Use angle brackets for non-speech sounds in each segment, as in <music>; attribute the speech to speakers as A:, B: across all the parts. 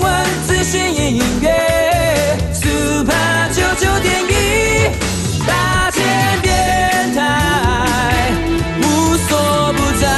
A: 流行音乐，Super 九九点一，大千电台，无所不在。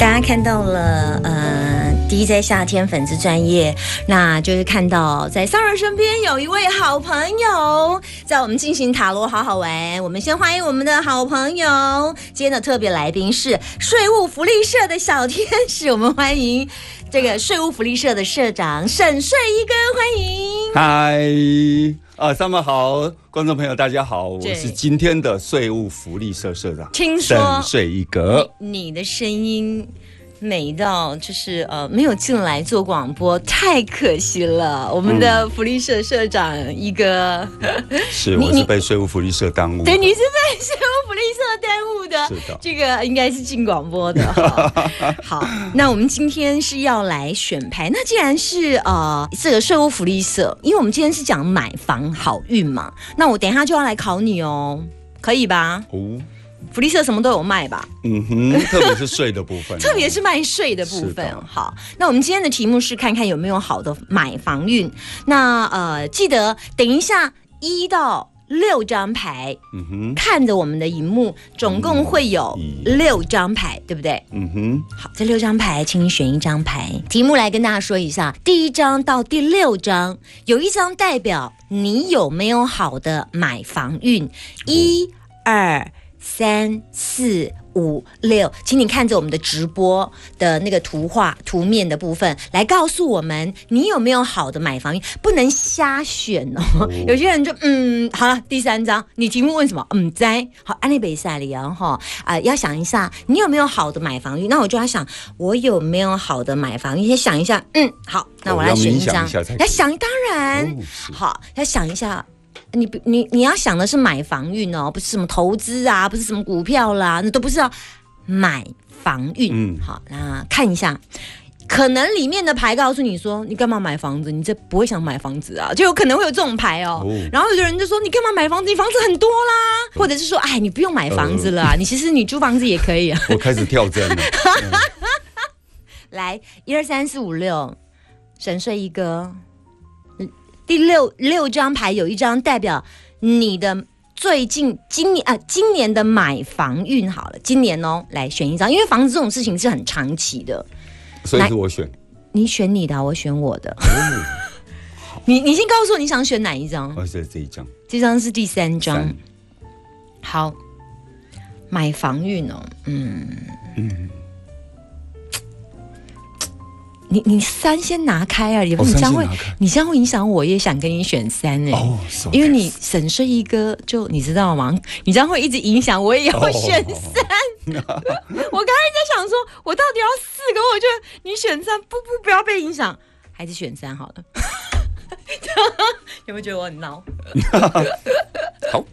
B: 大家看到了，呃，DJ 夏天粉丝专业，那就是看到在三儿身边有一位好朋友，在我们进行塔罗好好玩。我们先欢迎我们的好朋友，今天的特别来宾是税务福利社的小天使，我们欢迎这个税务福利社的社长沈税一哥，欢迎。
C: 嗨，啊，上面好，观众朋友大家好，我
B: 对
C: 是今天的税务福利社社长
B: 听说
C: 沈税一格。
B: 你的声音美到就是呃没有进来做广播，太可惜了。我们的福利社社长一哥，
C: 嗯是，
B: 你
C: 我
B: 你
C: 是被税务福利社耽误。
B: <laughs> 对，你是被税务福利社耽误的，
C: 是的
B: 这个应该是进广播的。
C: <laughs>
B: 哈好，那我们今天是要来选牌。那既然是呃这个税务福利社，因为我们今天是讲买房好运嘛，那我等一下就要来考你哦，可以吧？
C: 哦，
B: 福利社什么都有卖吧？
C: 嗯哼，特别是税的部分，啊
B: 特别是卖税的部
C: 是
B: 分
C: 的。
B: 好，那我们今天的题目是看看有没有好的买房运。那呃，记得等一下一到六张牌，
C: 嗯哼，
B: 看着我们的荧幕，总共会有
C: 嗯
B: 六张牌，对不对？
C: 嗯哼，
B: 好，这六张牌，请你选一张牌。题目来跟大家说一下，第一张到第六张，有一张代表你有没有好的买房运。一、二、三、四、五、六，请你看着我们的直播的那个图画图面的部分，来告诉我们你有没有好的买房运。不能瞎选哦，有些人就嗯，好了，第三张，你题目问什么？嗯，在好，安利北赛里昂哈啊，要想一下你有没有好的买房运。那我就要想我有没有好的买房运，先想一下，嗯，好，那
C: 哦
B: 我来
C: 要
B: 选
C: 冥想
B: 张
C: 一下才，可以
B: 来想，当然、
C: 哦是
B: 好，要想一下。你不你你要想的是买房运哦，不是什么投资啊，不是什么股票啦，那都不是哦，买房运。
C: 嗯
B: 好，那看一下，可能里面的牌告诉你说，你干嘛买房子？你这不会想买房子啊，就有可能会有这种牌哦。
C: 哦
B: 然后有的人就说，你干嘛买房子？你房子很多啦，或者是说，哎，你不用买房子了啊、你其实你租房子也可以啊。
C: 我开始
B: <laughs>
C: 跳针了。
B: 来，一二三四五六，神睡一哥。嗯第六六张牌有一张代表你的最近今年啊，今年的买房运好了，今年哦，来选一张，因为房子这种事情是很长期的，
C: 所以是我选，
B: 你选你的啊，我选我的。 <laughs> 你你先告诉我你想选哪一张？
C: 而且这一张
B: 这张是第三张
C: 三。，
B: 好，买房运哦，嗯你你三先拿开啊，也不
C: 哦
B: 你这样
C: 三先
B: 会
C: 拿开，
B: 你这样会影响我，也想跟你选三哎、
C: 哦，sorry
B: 因为你沈睡一哥就你知道吗？你这样会一直影响我，也
C: 哦
B: 要选三。 <laughs> 我刚才在想说，我到底要四个，我觉得你选三，不不不要被影响，还是选三好了。 <laughs> 有没有觉得我很孬？
C: 好，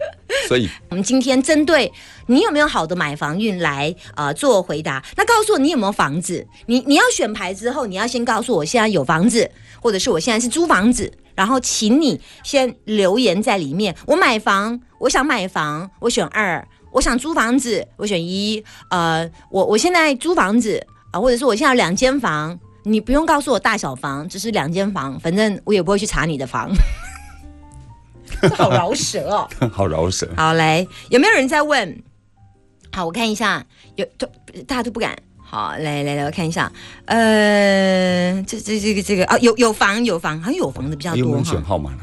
C: 所以 <laughs>
B: 我们今天针对你有没有好的买房运来呃做回答。那告诉我你有没有房子？你你要选牌之后，你要先告诉我现在有房子，或者是我现在是租房子。然后，请你先留言在里面。我买房，我想买房，我选二；我想租房子，我选一。呃，我我现在租房子啊、或者是我现在有两间房，你不用告诉我大小房，只是两间房，反正我也不会去查你的房。 <laughs> 这好饶舌哦。
C: 好饶舌，
B: 好，来，有没有人在问？好，我看一下，有都大家都不敢。好，来来来，我看一下，呃，这这这个这个啊，有有房有房，好像有房的比较
C: 哎你有没
B: 多
C: 有
B: 哈
C: 选。号码了？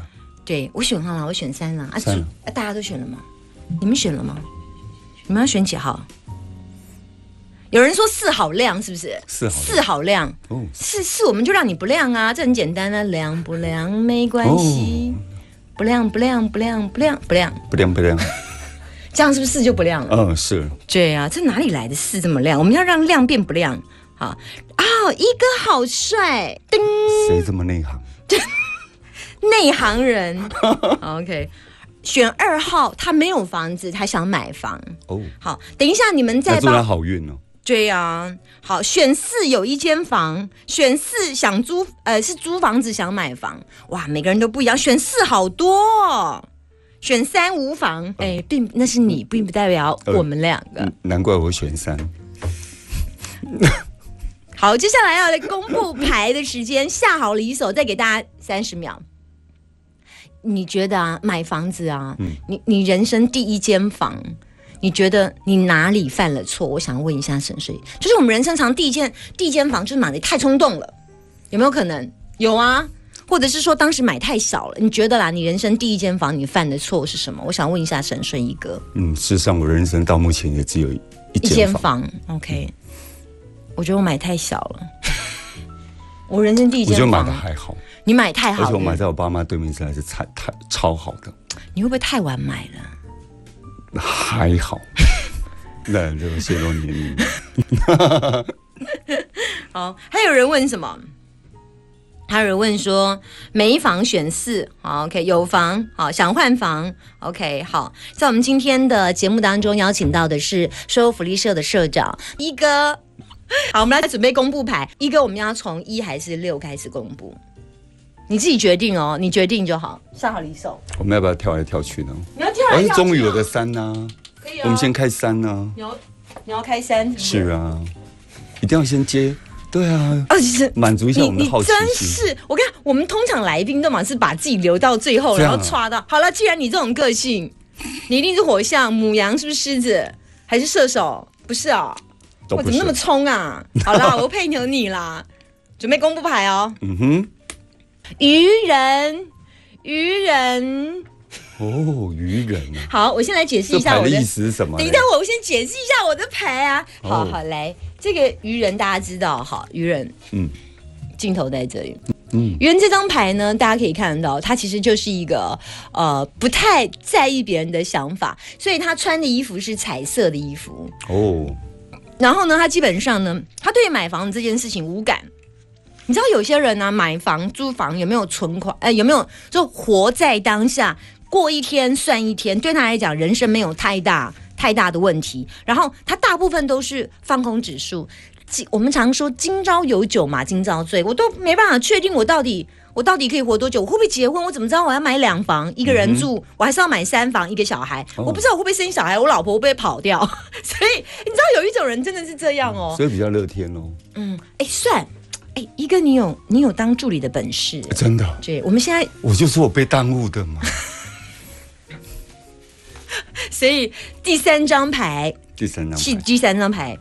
B: 对我选上了，我选三了啊，
C: 三了
B: 啊大家都选了吗？你们选了吗？你们要选几号？有人说四好亮，是不是？
C: 四好亮
B: 四好亮，
C: 哦，
B: 是是，我们就让你不亮啊，这很简单啊，亮不亮没关系，
C: 哦
B: 不亮不亮不亮不亮不亮，
C: 不亮不亮，
B: <laughs> 这样是不是就不亮了？
C: 嗯，是
B: 对啊，这哪里来的事这么亮？我们要让亮变不亮。好啊、一哥好帅，叮，
C: 谁这么内行？
B: 内行 <laughs> 人。OK，选二号，他没有房子，他想买房。
C: 哦，
B: 好，等一下你们再
C: 那祝他
B: 帮。
C: 好运哦。
B: 对啊，好，选四有一间房，选四想租，呃，是租房子想买房。哇，每个人都不一样，选四好多、哦。选三无妨。哎，并那是你，并不代表我们两个。
C: 嗯难怪我选三。
B: 好，接下来要来公布牌的时间，下好离手，再给大家三十秒。你觉得啊，买房子啊，你你人生第一间房，你觉得你哪里犯了错？我想问一下沈水，就是我们人生常第一间第一间房就是买的太冲动了，有没有可能？有啊，或者是说当时买太少了？你觉得啦，你人生第一间房你犯的错是什么？我想问一下沈水一哥。
C: 嗯，事实上我人生到目前也只有一
B: 一间
C: 间房。嗯
B: 房，OK。我觉得我买太小了， <laughs> 我人生第一
C: 我
B: 间
C: 觉得买的
B: 房，
C: 还好，
B: 你买太好
C: 而且我
B: 了，
C: 买在我爸妈对面实在是太太超好的，
B: 你会不会太晚买了？
C: 还
B: <laughs>
C: 好。那这个泄露年龄，
B: 好，还有人问什么？还有人问说，没房选四，好，OK，有房，好，想换房，OK，好，在我们今天的节目当中邀请到的是收福利社的社长一哥， <laughs> 好，我们来准备公布牌，一哥，我们要从一还是六开始公布？你自己决定哦，你决定就好，下好离手。
C: 我们要不要跳来跳去呢？
B: 你要跳
C: 哎
B: 来，跳去
C: 终于有
B: 啊
C: 个三呐、
B: 可以啊
C: 我们先开三呐、
B: 你要你要开山
C: 是啊，一定要先接。对啊，
B: 啊，其实
C: 满足一下我们的好奇
B: 你你真
C: 心。
B: 是，我跟你讲我们通常来宾都嘛是把自己留到最后，
C: 这
B: 然
C: 样啊
B: 后歘到。好了，既然你这种个性，你一定是火象，母羊是不是狮子，还是射手？不是哦，
C: 都
B: 我
C: 不
B: 怎么
C: 是
B: 那么冲
C: <laughs>
B: 啊？好啦，我配合你啦，准备公布牌哦，
C: 嗯哼，
B: 愚人，愚人。
C: 哦，愚人啊，
B: 好，我先来解释
C: 这
B: 一下
C: 牌
B: 我
C: 的
B: 的
C: 意思是什么呢？
B: 等一下，我我先解释一下我的牌啊。好
C: 哦
B: 好来，这个愚人大家知道，好愚人，嗯
C: 嗯，
B: 镜头在这里。嗯
C: 嗯，
B: 愚人这张牌呢，大家可以看得到，他其实就是一个呃不太在意别人的想法，所以他穿的衣服是彩色的衣服。
C: 哦，
B: 然后呢，他基本上呢，他对买房这件事情无感。你知道有些人呢、买房、租房有没有存款？呃，有没有就活在当下，过一天算一天？对他来讲，人生没有太大太大的问题。然后他大部分都是放空指数。今我们常说“今朝有酒嘛，今朝醉”，我都没办法确定我到底我到底可以活多久，我会不会结婚？我怎么知道我要买两房一个人住，我还是要买三房一个小孩？
C: 哦
B: 我不知道我会不会生小孩，我老婆会不会跑掉？ <laughs> 所以你知道有一种人真的是这样哦。
C: 所以比较乐天喽，
B: 嗯，哎，算，哎，一个你有你有当助理的本事。
C: 真的，
B: 对，我们现在
C: 我就说我被耽误的
B: <laughs>
C: 嘛。
B: 所以第三张牌
C: 第三张
B: 是
C: 牌，
B: 第三张牌，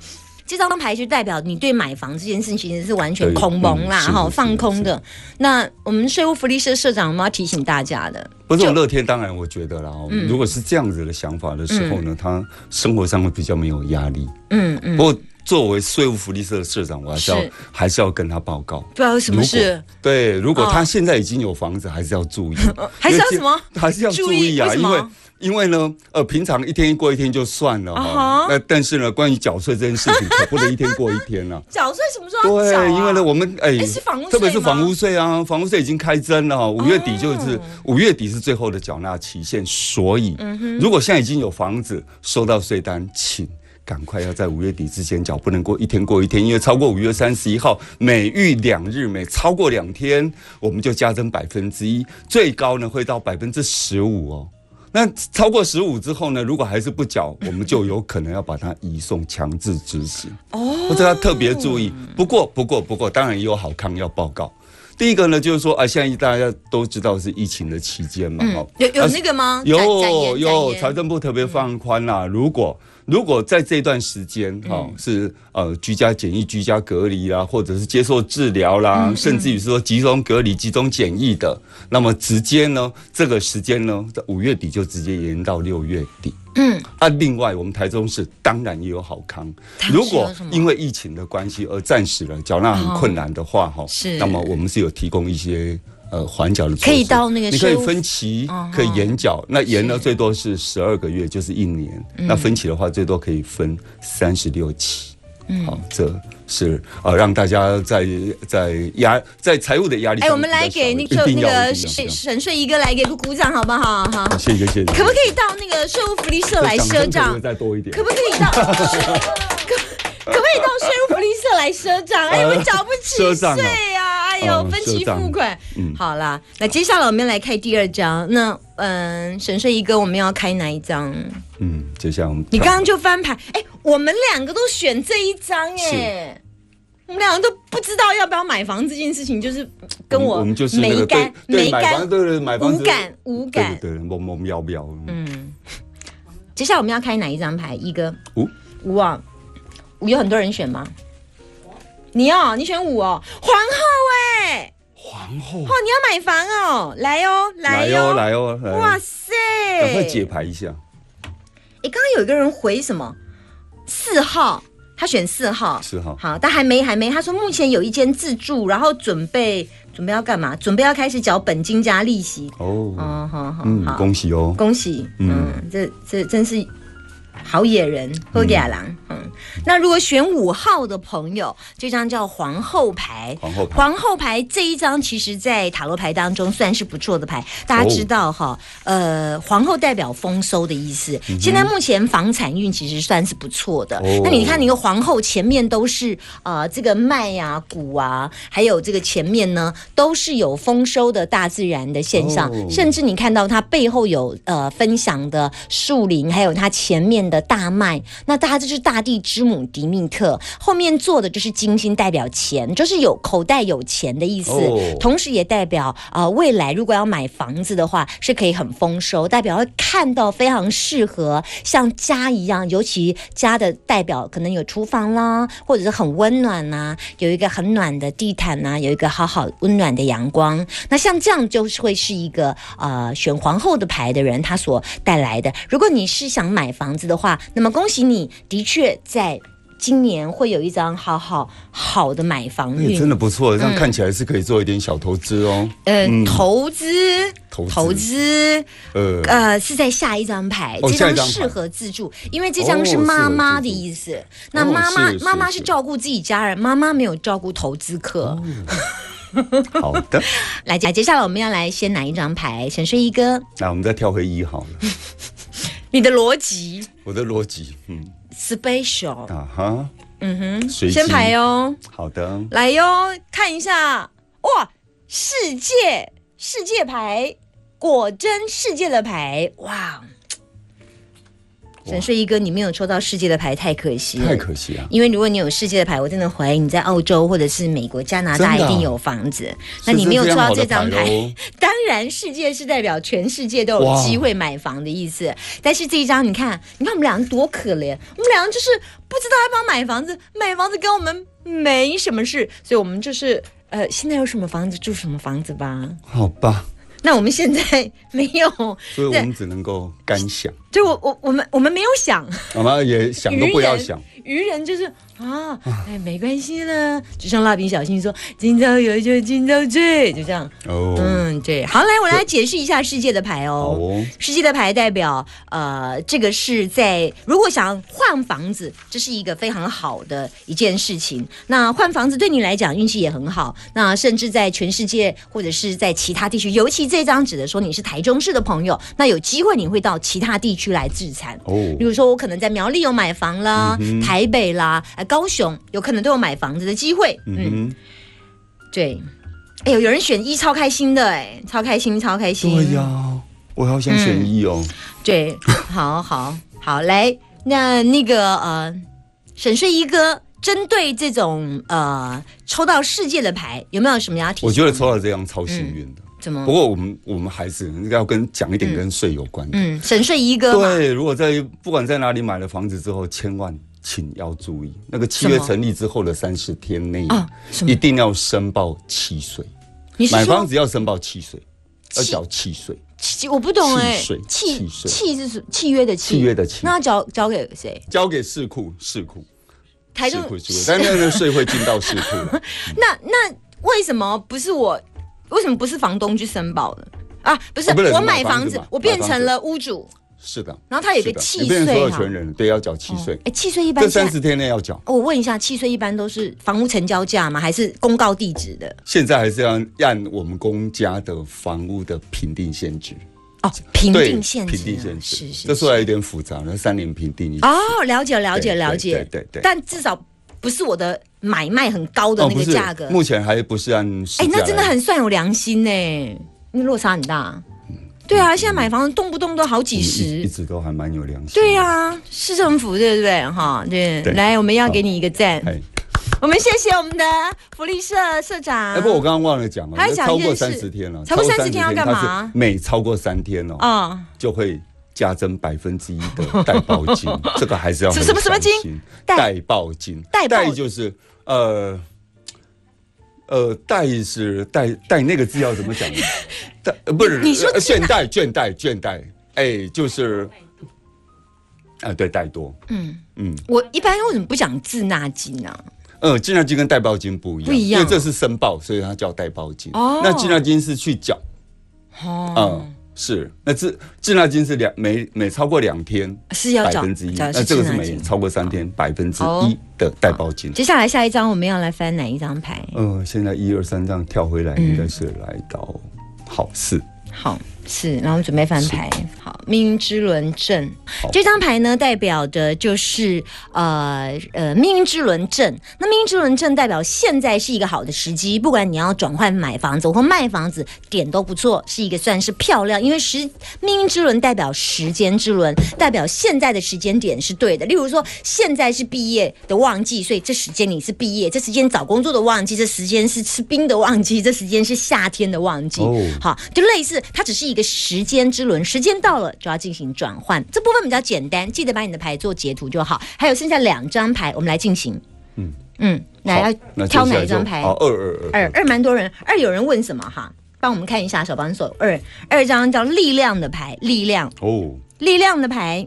B: 这张牌就代表你对买房这件事情是完全
C: 对
B: 空蒙啦，
C: 嗯是
B: 哈、
C: 是
B: 放
C: 是
B: 空的。那我们税务福利社社长，我们要提醒大家的，
C: 不是
B: 就嗯
C: 我乐天，当然我觉得啦，如果是这样子的想法的时候呢，他生活上会比较没有压力。
B: 嗯嗯，
C: 不过作为税务福利社的社长，我还是要
B: 是
C: 还是要跟他报告。
B: 不知道什么事，
C: 对，如果
B: 哦
C: 他现在已经有房子，还是要注意，
B: <laughs> 还是要
C: 因为
B: 什么
C: 还是要注意啊，
B: 注意为什
C: 因
B: 么
C: 为因为呢，呃，平常一天过一天就算了
B: 啊哈
C: 哈，那、但是呢，关于缴税这件事情，可不能一天过一天啊。
B: 缴税什么时候要
C: 对
B: 缴、啊？，
C: 因为呢，我们哎、
B: 哎是房屋税
C: 特别是
B: 吗哦
C: 房屋税啊，房屋税已经开征了哈，五月底就是五、月底是最后的缴纳期限，所以、
B: 嗯
C: 如果现在已经有房子收到税单，请。赶快要在五月底之前缴，不能过一天过一天，因为超过五月三十一号，每遇两日，每超过两天，我们就加征百分之一，最高呢会到百分之十五哦。那超过十五之后呢，如果还是不缴，我们就有可能要把它移送强制执行。哦，这要特别注意。不过，不过，不过，当然也有好康要报告。第一个呢，就是说啊，现在大家都知道是疫情的期间嘛，哈、
B: 有有
C: 啊
B: 那个吗？
C: 有
B: 展展言
C: 有，
B: 展嗯
C: 财
B: 言
C: 政部特别放宽啦、如果如果在这段时间
B: 嗯
C: 哈、是呃居家检疫、居家隔离啦、或者是接受治疗啦、
B: 嗯
C: 甚至于是说集中隔离、集中检疫的，那么直接呢，这个时间呢，在五月底就直接延到六月底。嗯，啊，另外我们台中市当然也有好康，
B: 台中
C: 如
B: 市
C: 果
B: 有什么
C: 因为疫情的关系而暂时了缴纳很困难的话，哈、
B: 哦是
C: 那么我们是有提供一些呃缓缴的措施，
B: 可以到那个
C: 你可以
B: 税务
C: 分期
B: 哦，
C: 可以延缴，那延呢最多是十二个月，就是一年。那分期的话，最多可以分三十六期。好，这是呃，让大家在在压在财务的压力上
B: 哎，我们来给那
C: 比较
B: 个
C: 少一
B: 那
C: 定要
B: 个
C: 一定要
B: 沈沈睡一哥来给个鼓掌好不好？好，
C: 谢谢谢谢。
B: 可不可以到那个税务福利社来
C: 掌
B: 赊
C: 声可不可
B: 账
C: 以？再多一点
B: 可？不可以
C: <laughs>
B: 到？可可不可以到税务福利社来赊账？哎，我缴不起
C: 赊账啊
B: 税啊！哎哎呦，
C: 哦
B: 分
C: 就
B: 期
C: 这样
B: 付款。
C: 嗯
B: 好啦，那接下来我们来开第二张。那嗯，沈睡一哥，我们要开哪一张？
C: 嗯，接下来我们
B: 你刚刚就翻牌，哎，我们两个都选这一张，哎
C: 是。
B: 我们两个都不知道要不要买房这件事情，就是跟
C: 我们就是那
B: 没
C: 个
B: 干
C: 对
B: 没
C: 对买
B: 干
C: 房，对对买房
B: 无
C: 子
B: 感无感。
C: 对对对，懵懵喵喵，嗯，
B: 嗯，接下来我们要开哪一张牌？一哥
C: 五
B: 五啊，五有很多人选吗？你哦，你选五哦，皇后哎、
C: 皇后
B: 哦，你要买房哦，来哦，来
C: 来
B: 哟、
C: 哦来哦，来哦
B: 哇塞！
C: 赶快解牌一下，
B: 诶刚刚有一个人回什么四号，他选四号，
C: 四号
B: 好，但还没还没，他说目前有一间自住，然后准备准备要干嘛？准备要开始缴本金加利息。
C: 哦，
B: 哦，好好
C: 嗯，
B: 好，
C: 恭喜哦，
B: 恭喜，嗯
C: 嗯，
B: 这这真是好野人，喝野狼，嗯。那如果选五号的朋友，这张叫皇后牌。
C: 皇后牌
B: 皇后牌这一张，其实，在塔罗牌当中算是不错的牌。大家知道哈、呃，皇后代表丰收的意思。现在目前房产运其实算是不错的。
C: 嗯哦
B: 那你看，你个皇后前面都是呃这个麦呀、谷啊，还有这个前面呢，都是有丰收的大自然的现象，
C: 哦
B: 甚至你看到它背后有呃分享的树林，还有它前面的大麦。那它就是大地之母迪密特，后面做的就是金星，代表钱，就是有口袋有钱的意思。
C: 哦
B: 同时也代表啊、呃未来如果要买房子的话，是可以很丰收，代表会看到非常适合像家一样，尤其家的代表可能有厨房啦，或者是很温暖呐、有一个很暖的地毯呐、有一个好好温暖的阳光。那像这样就是会是一个呃选皇后的牌的人他所带来的。如果你是想买房子的话，那么恭喜你，的确在。今年会有一张好好好的买房
C: 哎，
B: 运，
C: 真的不错，
B: 嗯
C: 这样看起来是可以做一点小投资
B: <laughs>
C: 哦，
B: 呃，投资，
C: 投资
B: 资
C: 呃，
B: 呃，是在下一张牌，
C: 哦
B: 这
C: 下一
B: 张
C: 张牌
B: 适合自助，因为这张是
C: 哦
B: 妈
C: 适
B: 妈
C: 合
B: 的
C: 自助
B: 意思。那妈妈、
C: 哦是是
B: 妈妈
C: 是
B: 是
C: 哦
B: 照顾自己家人，妈妈没有照顾投资客。
C: 好的，
B: 来，接接下来我们要来先拿一张牌，沈睡一哥，
C: 那我们再跳回一好了，
B: 你的逻辑
C: 我的逻辑，嗯
B: special，
C: 啊哈，嗯哼，随机
B: 先牌，哦，
C: 好的，
B: 来哟，看一下，哇，世界世界牌，果真世界的牌，哇！沈睡一哥，你没有抽到世界的牌，太可惜了，
C: 太可惜啊了，
B: 因为如果你有世界的牌，我真的怀疑你在澳洲或者是美国、加拿大
C: 真的
B: 一
C: 啊
B: 定有房子。那你没有抽到这张
C: 所以
B: 牌
C: 是，样好的哦
B: 当然世界是代表全世界都有
C: 哇
B: 机会买房的意思。但是这一张，你看，你看我们两个多可怜，我们两个就是不知道要不要买房子，买房子跟我们没什么事，所以我们就是呃，现在有什么房子住什么房子吧。 <laughs>
C: 喽好吧，
B: 那我们现在没有，
C: 所以我
B: 对，
C: 们只能够干想，
B: 就我我我们我们没有想。
C: 我们也想都不要想，
B: 愚人，愚人就是啊，哎，没关系的，就像蜡笔小新说“今朝有酒今朝醉”，就这样。
C: 哦，
B: 嗯，对，好，来，我来解释一下世界的牌
C: 好
B: 哦。
C: 哦，
B: 世界的牌代表，呃，这个是在如果想换房子，这是一个非常好的一件事情。那换房子对你来讲运气也很好，那甚至在全世界或者是在其他地区，尤其这张指的说你是台中市的朋友，那有机会你会到其他地区来自产。
C: 哦嗯
B: 比，如说我可能在苗栗有买房啦，台北啦，呃，高雄有可能都有买房子的机会。嗯，
C: 嗯哼，
B: 对。哎呦，有人选一超开心的哎、超开心，超开心。
C: 对呀，我好想选一哦，
B: 嗯对， <laughs> 好好好，来，那那个呃，沈睡一哥针对这种呃抽到世界的牌，有没有什么要提醒？
C: 我觉得抽到这张超幸运的，
B: 怎么
C: 不？过我们我们还是要跟讲一点跟税有关的，
B: 嗯，沈睡一哥嘛，
C: 对，如果在不管在哪里买了房子之后，千万请要注意，那个契
B: 什
C: 约
B: 么
C: 成立之后的三十天内
B: 啊什么
C: 一定要申报契税。
B: 你是
C: 买
B: 说
C: 房子要申报契税，要
B: 契
C: 缴契税。
B: 契我不懂哎、
C: 契税
B: 契
C: 契税
B: 契是契约的契，
C: 契约的契
B: 那要交交给谁？
C: 交给市库，市库，
B: 台
C: 市
B: 中
C: 库，市库，但那个税会进到市库
B: <laughs>
C: 了。
B: 那那为什么不是我？为什么不是房东去申报的啊？不是,、
C: 啊不是
B: 我
C: 你
B: 买
C: 买房
B: 房
C: 子
B: 子
C: 嘛，
B: 我变
C: 买房
B: 成
C: 子
B: 了屋主，
C: 是的，
B: 然后它有个
C: 是的
B: 契
C: 你变成
B: 税
C: 所有
B: 哈
C: 权人，对，要缴契税。
B: 哎，契税一般
C: 这
B: 现
C: 三
B: 在
C: 十天内要缴，
B: 哦我问一下，契税一般都是房屋成交价吗？还是公告地址的？
C: 现在还是要按我们公家的房屋的评定限制，
B: 哦，评
C: 对
B: 定限制啊，
C: 评定限制，
B: 是是
C: 这说
B: 是。
C: 来有点复杂，那三年评定一次
B: 哦，了解了解
C: 对
B: 了解，
C: 对对对
B: 但至少不是我的买卖很高的那
C: 哦不
B: 个
C: 是
B: 价格。
C: 目前还不是按实
B: 哎、
C: 价来。
B: 那真的很算有良心呢、那落差很大。对啊，现在买房动不动都好几
C: 嗯一
B: 十。
C: 直都还蛮有良心。
B: 对、啊，市政府对不对？哈，对，
C: 对
B: 来，我们要给你一个赞。
C: 哎，
B: 我们谢谢我们的福利社社长。
C: 哎，不，我刚刚忘了讲了，
B: 还要讲
C: 超
B: 一件
C: 过
B: 事
C: 三十天了，
B: 超过
C: 30
B: 30天要干嘛
C: 它是每超过三天哦，
B: 啊、
C: 就会加征百分之一的带报
B: <laughs>
C: 金，这个还是要
B: 什什么什么金
C: 很小心？
B: 带
C: 带报金，
B: 带报
C: 就是呃。呃，带是带带那个字要怎
B: <laughs>
C: 么讲？带呃不是
B: 你你说啊
C: 呃倦怠，倦怠，倦怠，哎，就是，啊，对，带多，嗯嗯，
B: 我一般为什么不讲滞纳金呢、
C: 呃，滞纳金跟带报金不一
B: 不
C: 样，
B: 一样
C: 因为这是申报，所以它叫带报金。
B: 哦
C: 那滞纳金是去缴，
B: 哦，
C: 嗯，是。那滞滞纳金是两每每超过两天
B: 是要
C: 百
B: 找
C: 分之一，
B: 找
C: 那
B: 是
C: 这个
B: 滞
C: 是
B: 纳
C: 每
B: 金。
C: 超过三天百分之
B: 好
C: 一的带报金。
B: 接下来下一张我们要来翻哪一张牌？
C: 呃，现在一二三这样跳回来，应该是来到
B: 嗯
C: 好事。
B: 好，是，然后我们准备翻牌。好，命运之轮正
C: 好
B: 这张牌呢，代表的就是呃呃命运之轮正。那命运之轮正代表现在是一个好的时机，不管你要转换买房子或卖房子，点都不错，是一个算是漂亮。因为时命运之轮代表时间之轮，代表现在的时间点是对的。例如说，现在是毕业的旺季，所以这时间你是毕业；这时间找工作的旺季，这时间是吃冰的旺季，这时间是夏天的旺季。
C: 哦
B: 好，就类似它只是一个时间之轮，时间到了就要进行转换，这部分比较简单，记得把你的牌做截图就好。还有剩下两张牌，我们来进行。嗯
C: 嗯
B: 嗯，来
C: 好
B: 要
C: 那
B: 挑
C: 接下
B: 哪
C: 来
B: 一张
C: 就
B: 牌？
C: 好，二二
B: 二
C: 二。
B: 二蛮多人，二有人问什么哈？帮我们看一下小帮手。二二张叫力量的牌，力量
C: 哦，
B: 力量的牌。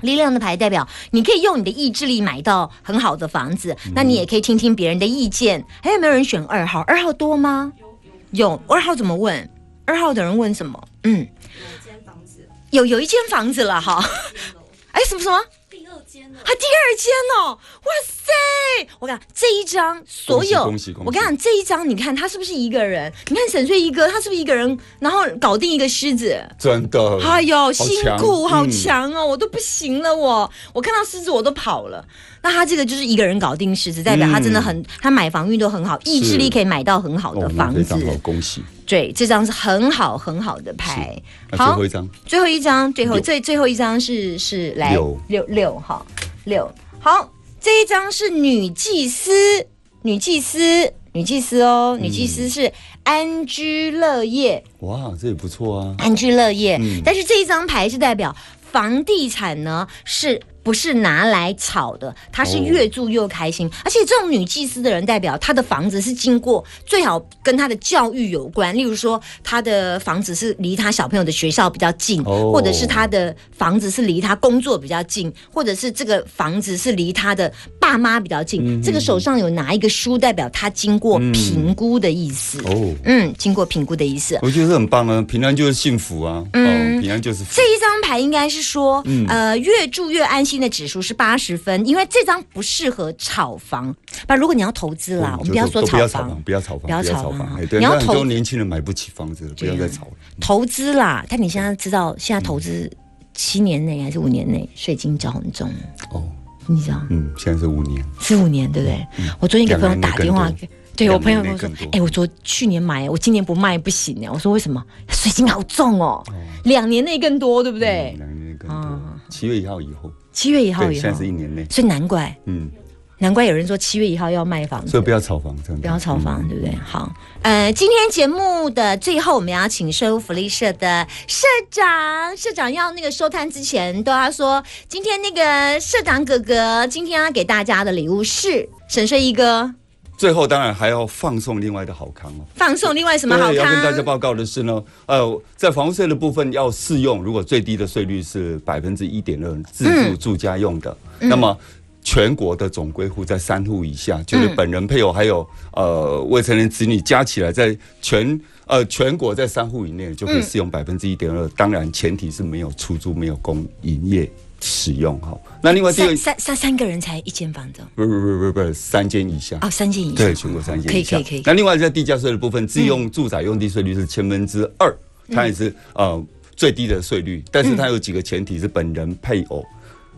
B: 力量的牌代表，你可以用你的意志力买到很好的房子，
C: 嗯
B: 那你也可以听听别人的意见。哎还有没有人选二号？二号多吗？有，二号怎么问？二号的人问什么？嗯，有有一间房子了哈。哎，什么什么？
D: 哦第二间了
B: 啊，，第二间哦，哇塞！我跟你讲这一张所有，
C: 恭喜恭喜恭喜
B: 我跟你讲这一张，你看他是不是一个人？你看沈睡一哥，他是不是一个人？然后搞定一个狮子，
C: 真的。
B: 哎呦，
C: 好
B: 辛苦，
C: 强
B: 好
C: 嗯
B: 强哦，我都不行了，我我看到狮子我都跑了。那他这个就是一个人搞定狮子，代表他真的很，他买房运都很好，意志力可以买到很好的
C: 嗯哦，那
B: 房
C: 非
B: 子。
C: 常好，恭喜。
B: 对，这张是很好很好的牌。
C: 那最
B: 好
C: 后一张，
B: 最后一张，最后
C: 六
B: 最最后一张是是来
C: 六
B: 六六哈六好，这一张是女祭司，女祭司，女祭司哦，女祭
C: 嗯
B: 司是安居乐业，
C: 哇，这也不错啊。
B: 安居乐业。
C: 嗯
B: 但是这一张牌是代表房地产呢，是不是拿来炒的？它是
C: 哦
B: 越住越开心，而且这种女祭司的人代表她的房子是经过最好跟她的教育有关，例如说她的房子是离她小朋友的学校比较近，
C: 哦
B: 或者是她的房子是离她工作比较近，或者是这个房子是离她的爸妈比较
C: 嗯
B: 近。这个手上有拿一个书，代表她经过评估的意思。
C: 哦，
B: 嗯，经过评估的意思。
C: 我觉得很棒啊，平安就是幸福啊。哦，平安就是福。
B: 嗯这一张牌应该是说，
C: 嗯
B: 呃，越住越安心的指数是八十分，因为这张不适合炒房。不，如果你要投资啦，我们不要说
C: 嗯都
B: 炒
C: 炒
B: 房
C: 房，，不要炒房，
B: 不要炒房啊
C: 哎，对，
B: 你要
C: 那很
B: 投
C: 多年轻人买不起房子了，不要
B: 对啊
C: 再炒了。
B: 投资
C: 嗯
B: 啦。但你现在知道，现在投资七年内还是五年内，税金交很重，
C: 哦，
B: 你知道？
C: 嗯，现在是五年，
B: 四五年，对不对？我昨天给朋友打电话
C: 两年内更多
B: 给，对我
C: 两年
B: 朋友跟我
C: 内
B: 说
C: 更多，
B: 哎，我昨去年买，我今年不卖不行欸呢。我说为什么？税金好重哦，两年内更多，对不对
C: 嗯？两年内更
B: 啊
C: 多。七月一号以后，
B: 七月一号
C: 对，
B: 以
C: 现
B: 后
C: 在，是一年内，
B: 所以难怪
C: 嗯，
B: 难怪有人说七月一号要卖房子
C: 所以。不要炒房，真的
B: 不要炒
C: 嗯
B: 房，对不对？好，呃，今天节目的最后，我们要请社会福利社的社长，社长要那个收摊之前都要说，今天那个社长哥哥今天要给大家的礼物是沈睡一哥
C: 嗯最后当然还要放送另外的好康哦。
B: 放送另外什么好
C: 对，要跟大家
B: 康？
C: 报告的是呢，呃，在房屋税的部分要适用，如果最低的税率是百分之一点二，自
B: 嗯
C: 住住家用的，那么。全国的总归户在三户以下，就是
B: 嗯
C: 本人、配偶还有呃未成年子女加起来，在全呃全国在三户以内就可
B: 嗯
C: 以适用百分之一点二。当然，前提是没有出租、没有供营业使用哈。那另外第二
B: 三，三三三个人才一间房子哦
C: 不不不不不，三间以下
B: 哦，三间以上
C: 对，全国三
B: 可
C: 间
B: 以
C: 以下。
B: 可以可以
C: 那另外在地价税的部分，自用住宅用地税率是千分之二，它也是呃最低的税率，但是它有几个前提是本人配偶。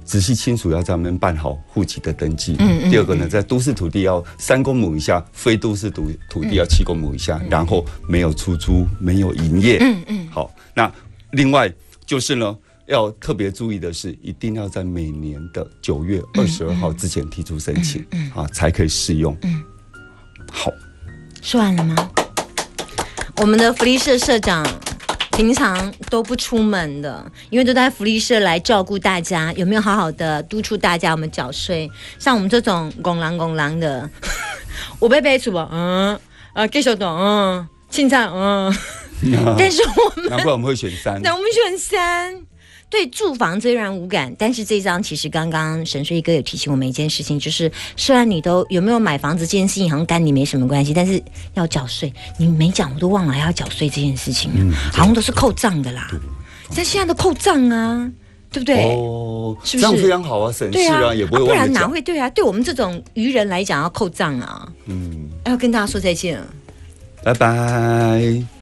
C: 仔细亲属要在那边办好户籍的登记。嗯第二个呢，在都市土地要三公亩以下，非都市土土地要七公亩以下，然后没有出租，没有营业。嗯嗯。好，那另外就是呢。要特别注意的是，一定要在每年的九月二十二号之前提出申请，啊，才可以适用。嗯，好，
B: 说完了吗？我们的福利社社长平常都不出门的，因为都在福利社来照顾大家，有没有好好的督促大家我们缴税？像我们这种拱狼拱狼的， <laughs> 我被被主播嗯，呃，给手懂嗯，青菜嗯，但是我们
C: 难怪我们会选
B: <laughs>
C: 三。
B: 对，我们选三。对住房虽然无感，但是这一章其实刚刚沈睡哥有提醒我们一件事情，就是虽然你都有没有买房子这件事情好像跟你没什么关系，但是要缴税，你没讲我都忘了还要缴税这件事情了，
C: 嗯
B: 好像都是扣账的啦。但现在都扣账啊，对不对？
C: 哦，
B: 是
C: 这
B: 不是
C: 样非常好啊，省事
B: 对啊，
C: 也不会
B: 啊不
C: 忘了
B: 然哪
C: 讲。
B: 会对啊？对我们这种愚人来讲要扣账啊，
C: 嗯，
B: 啊要跟大家说再见了。
C: 拜拜。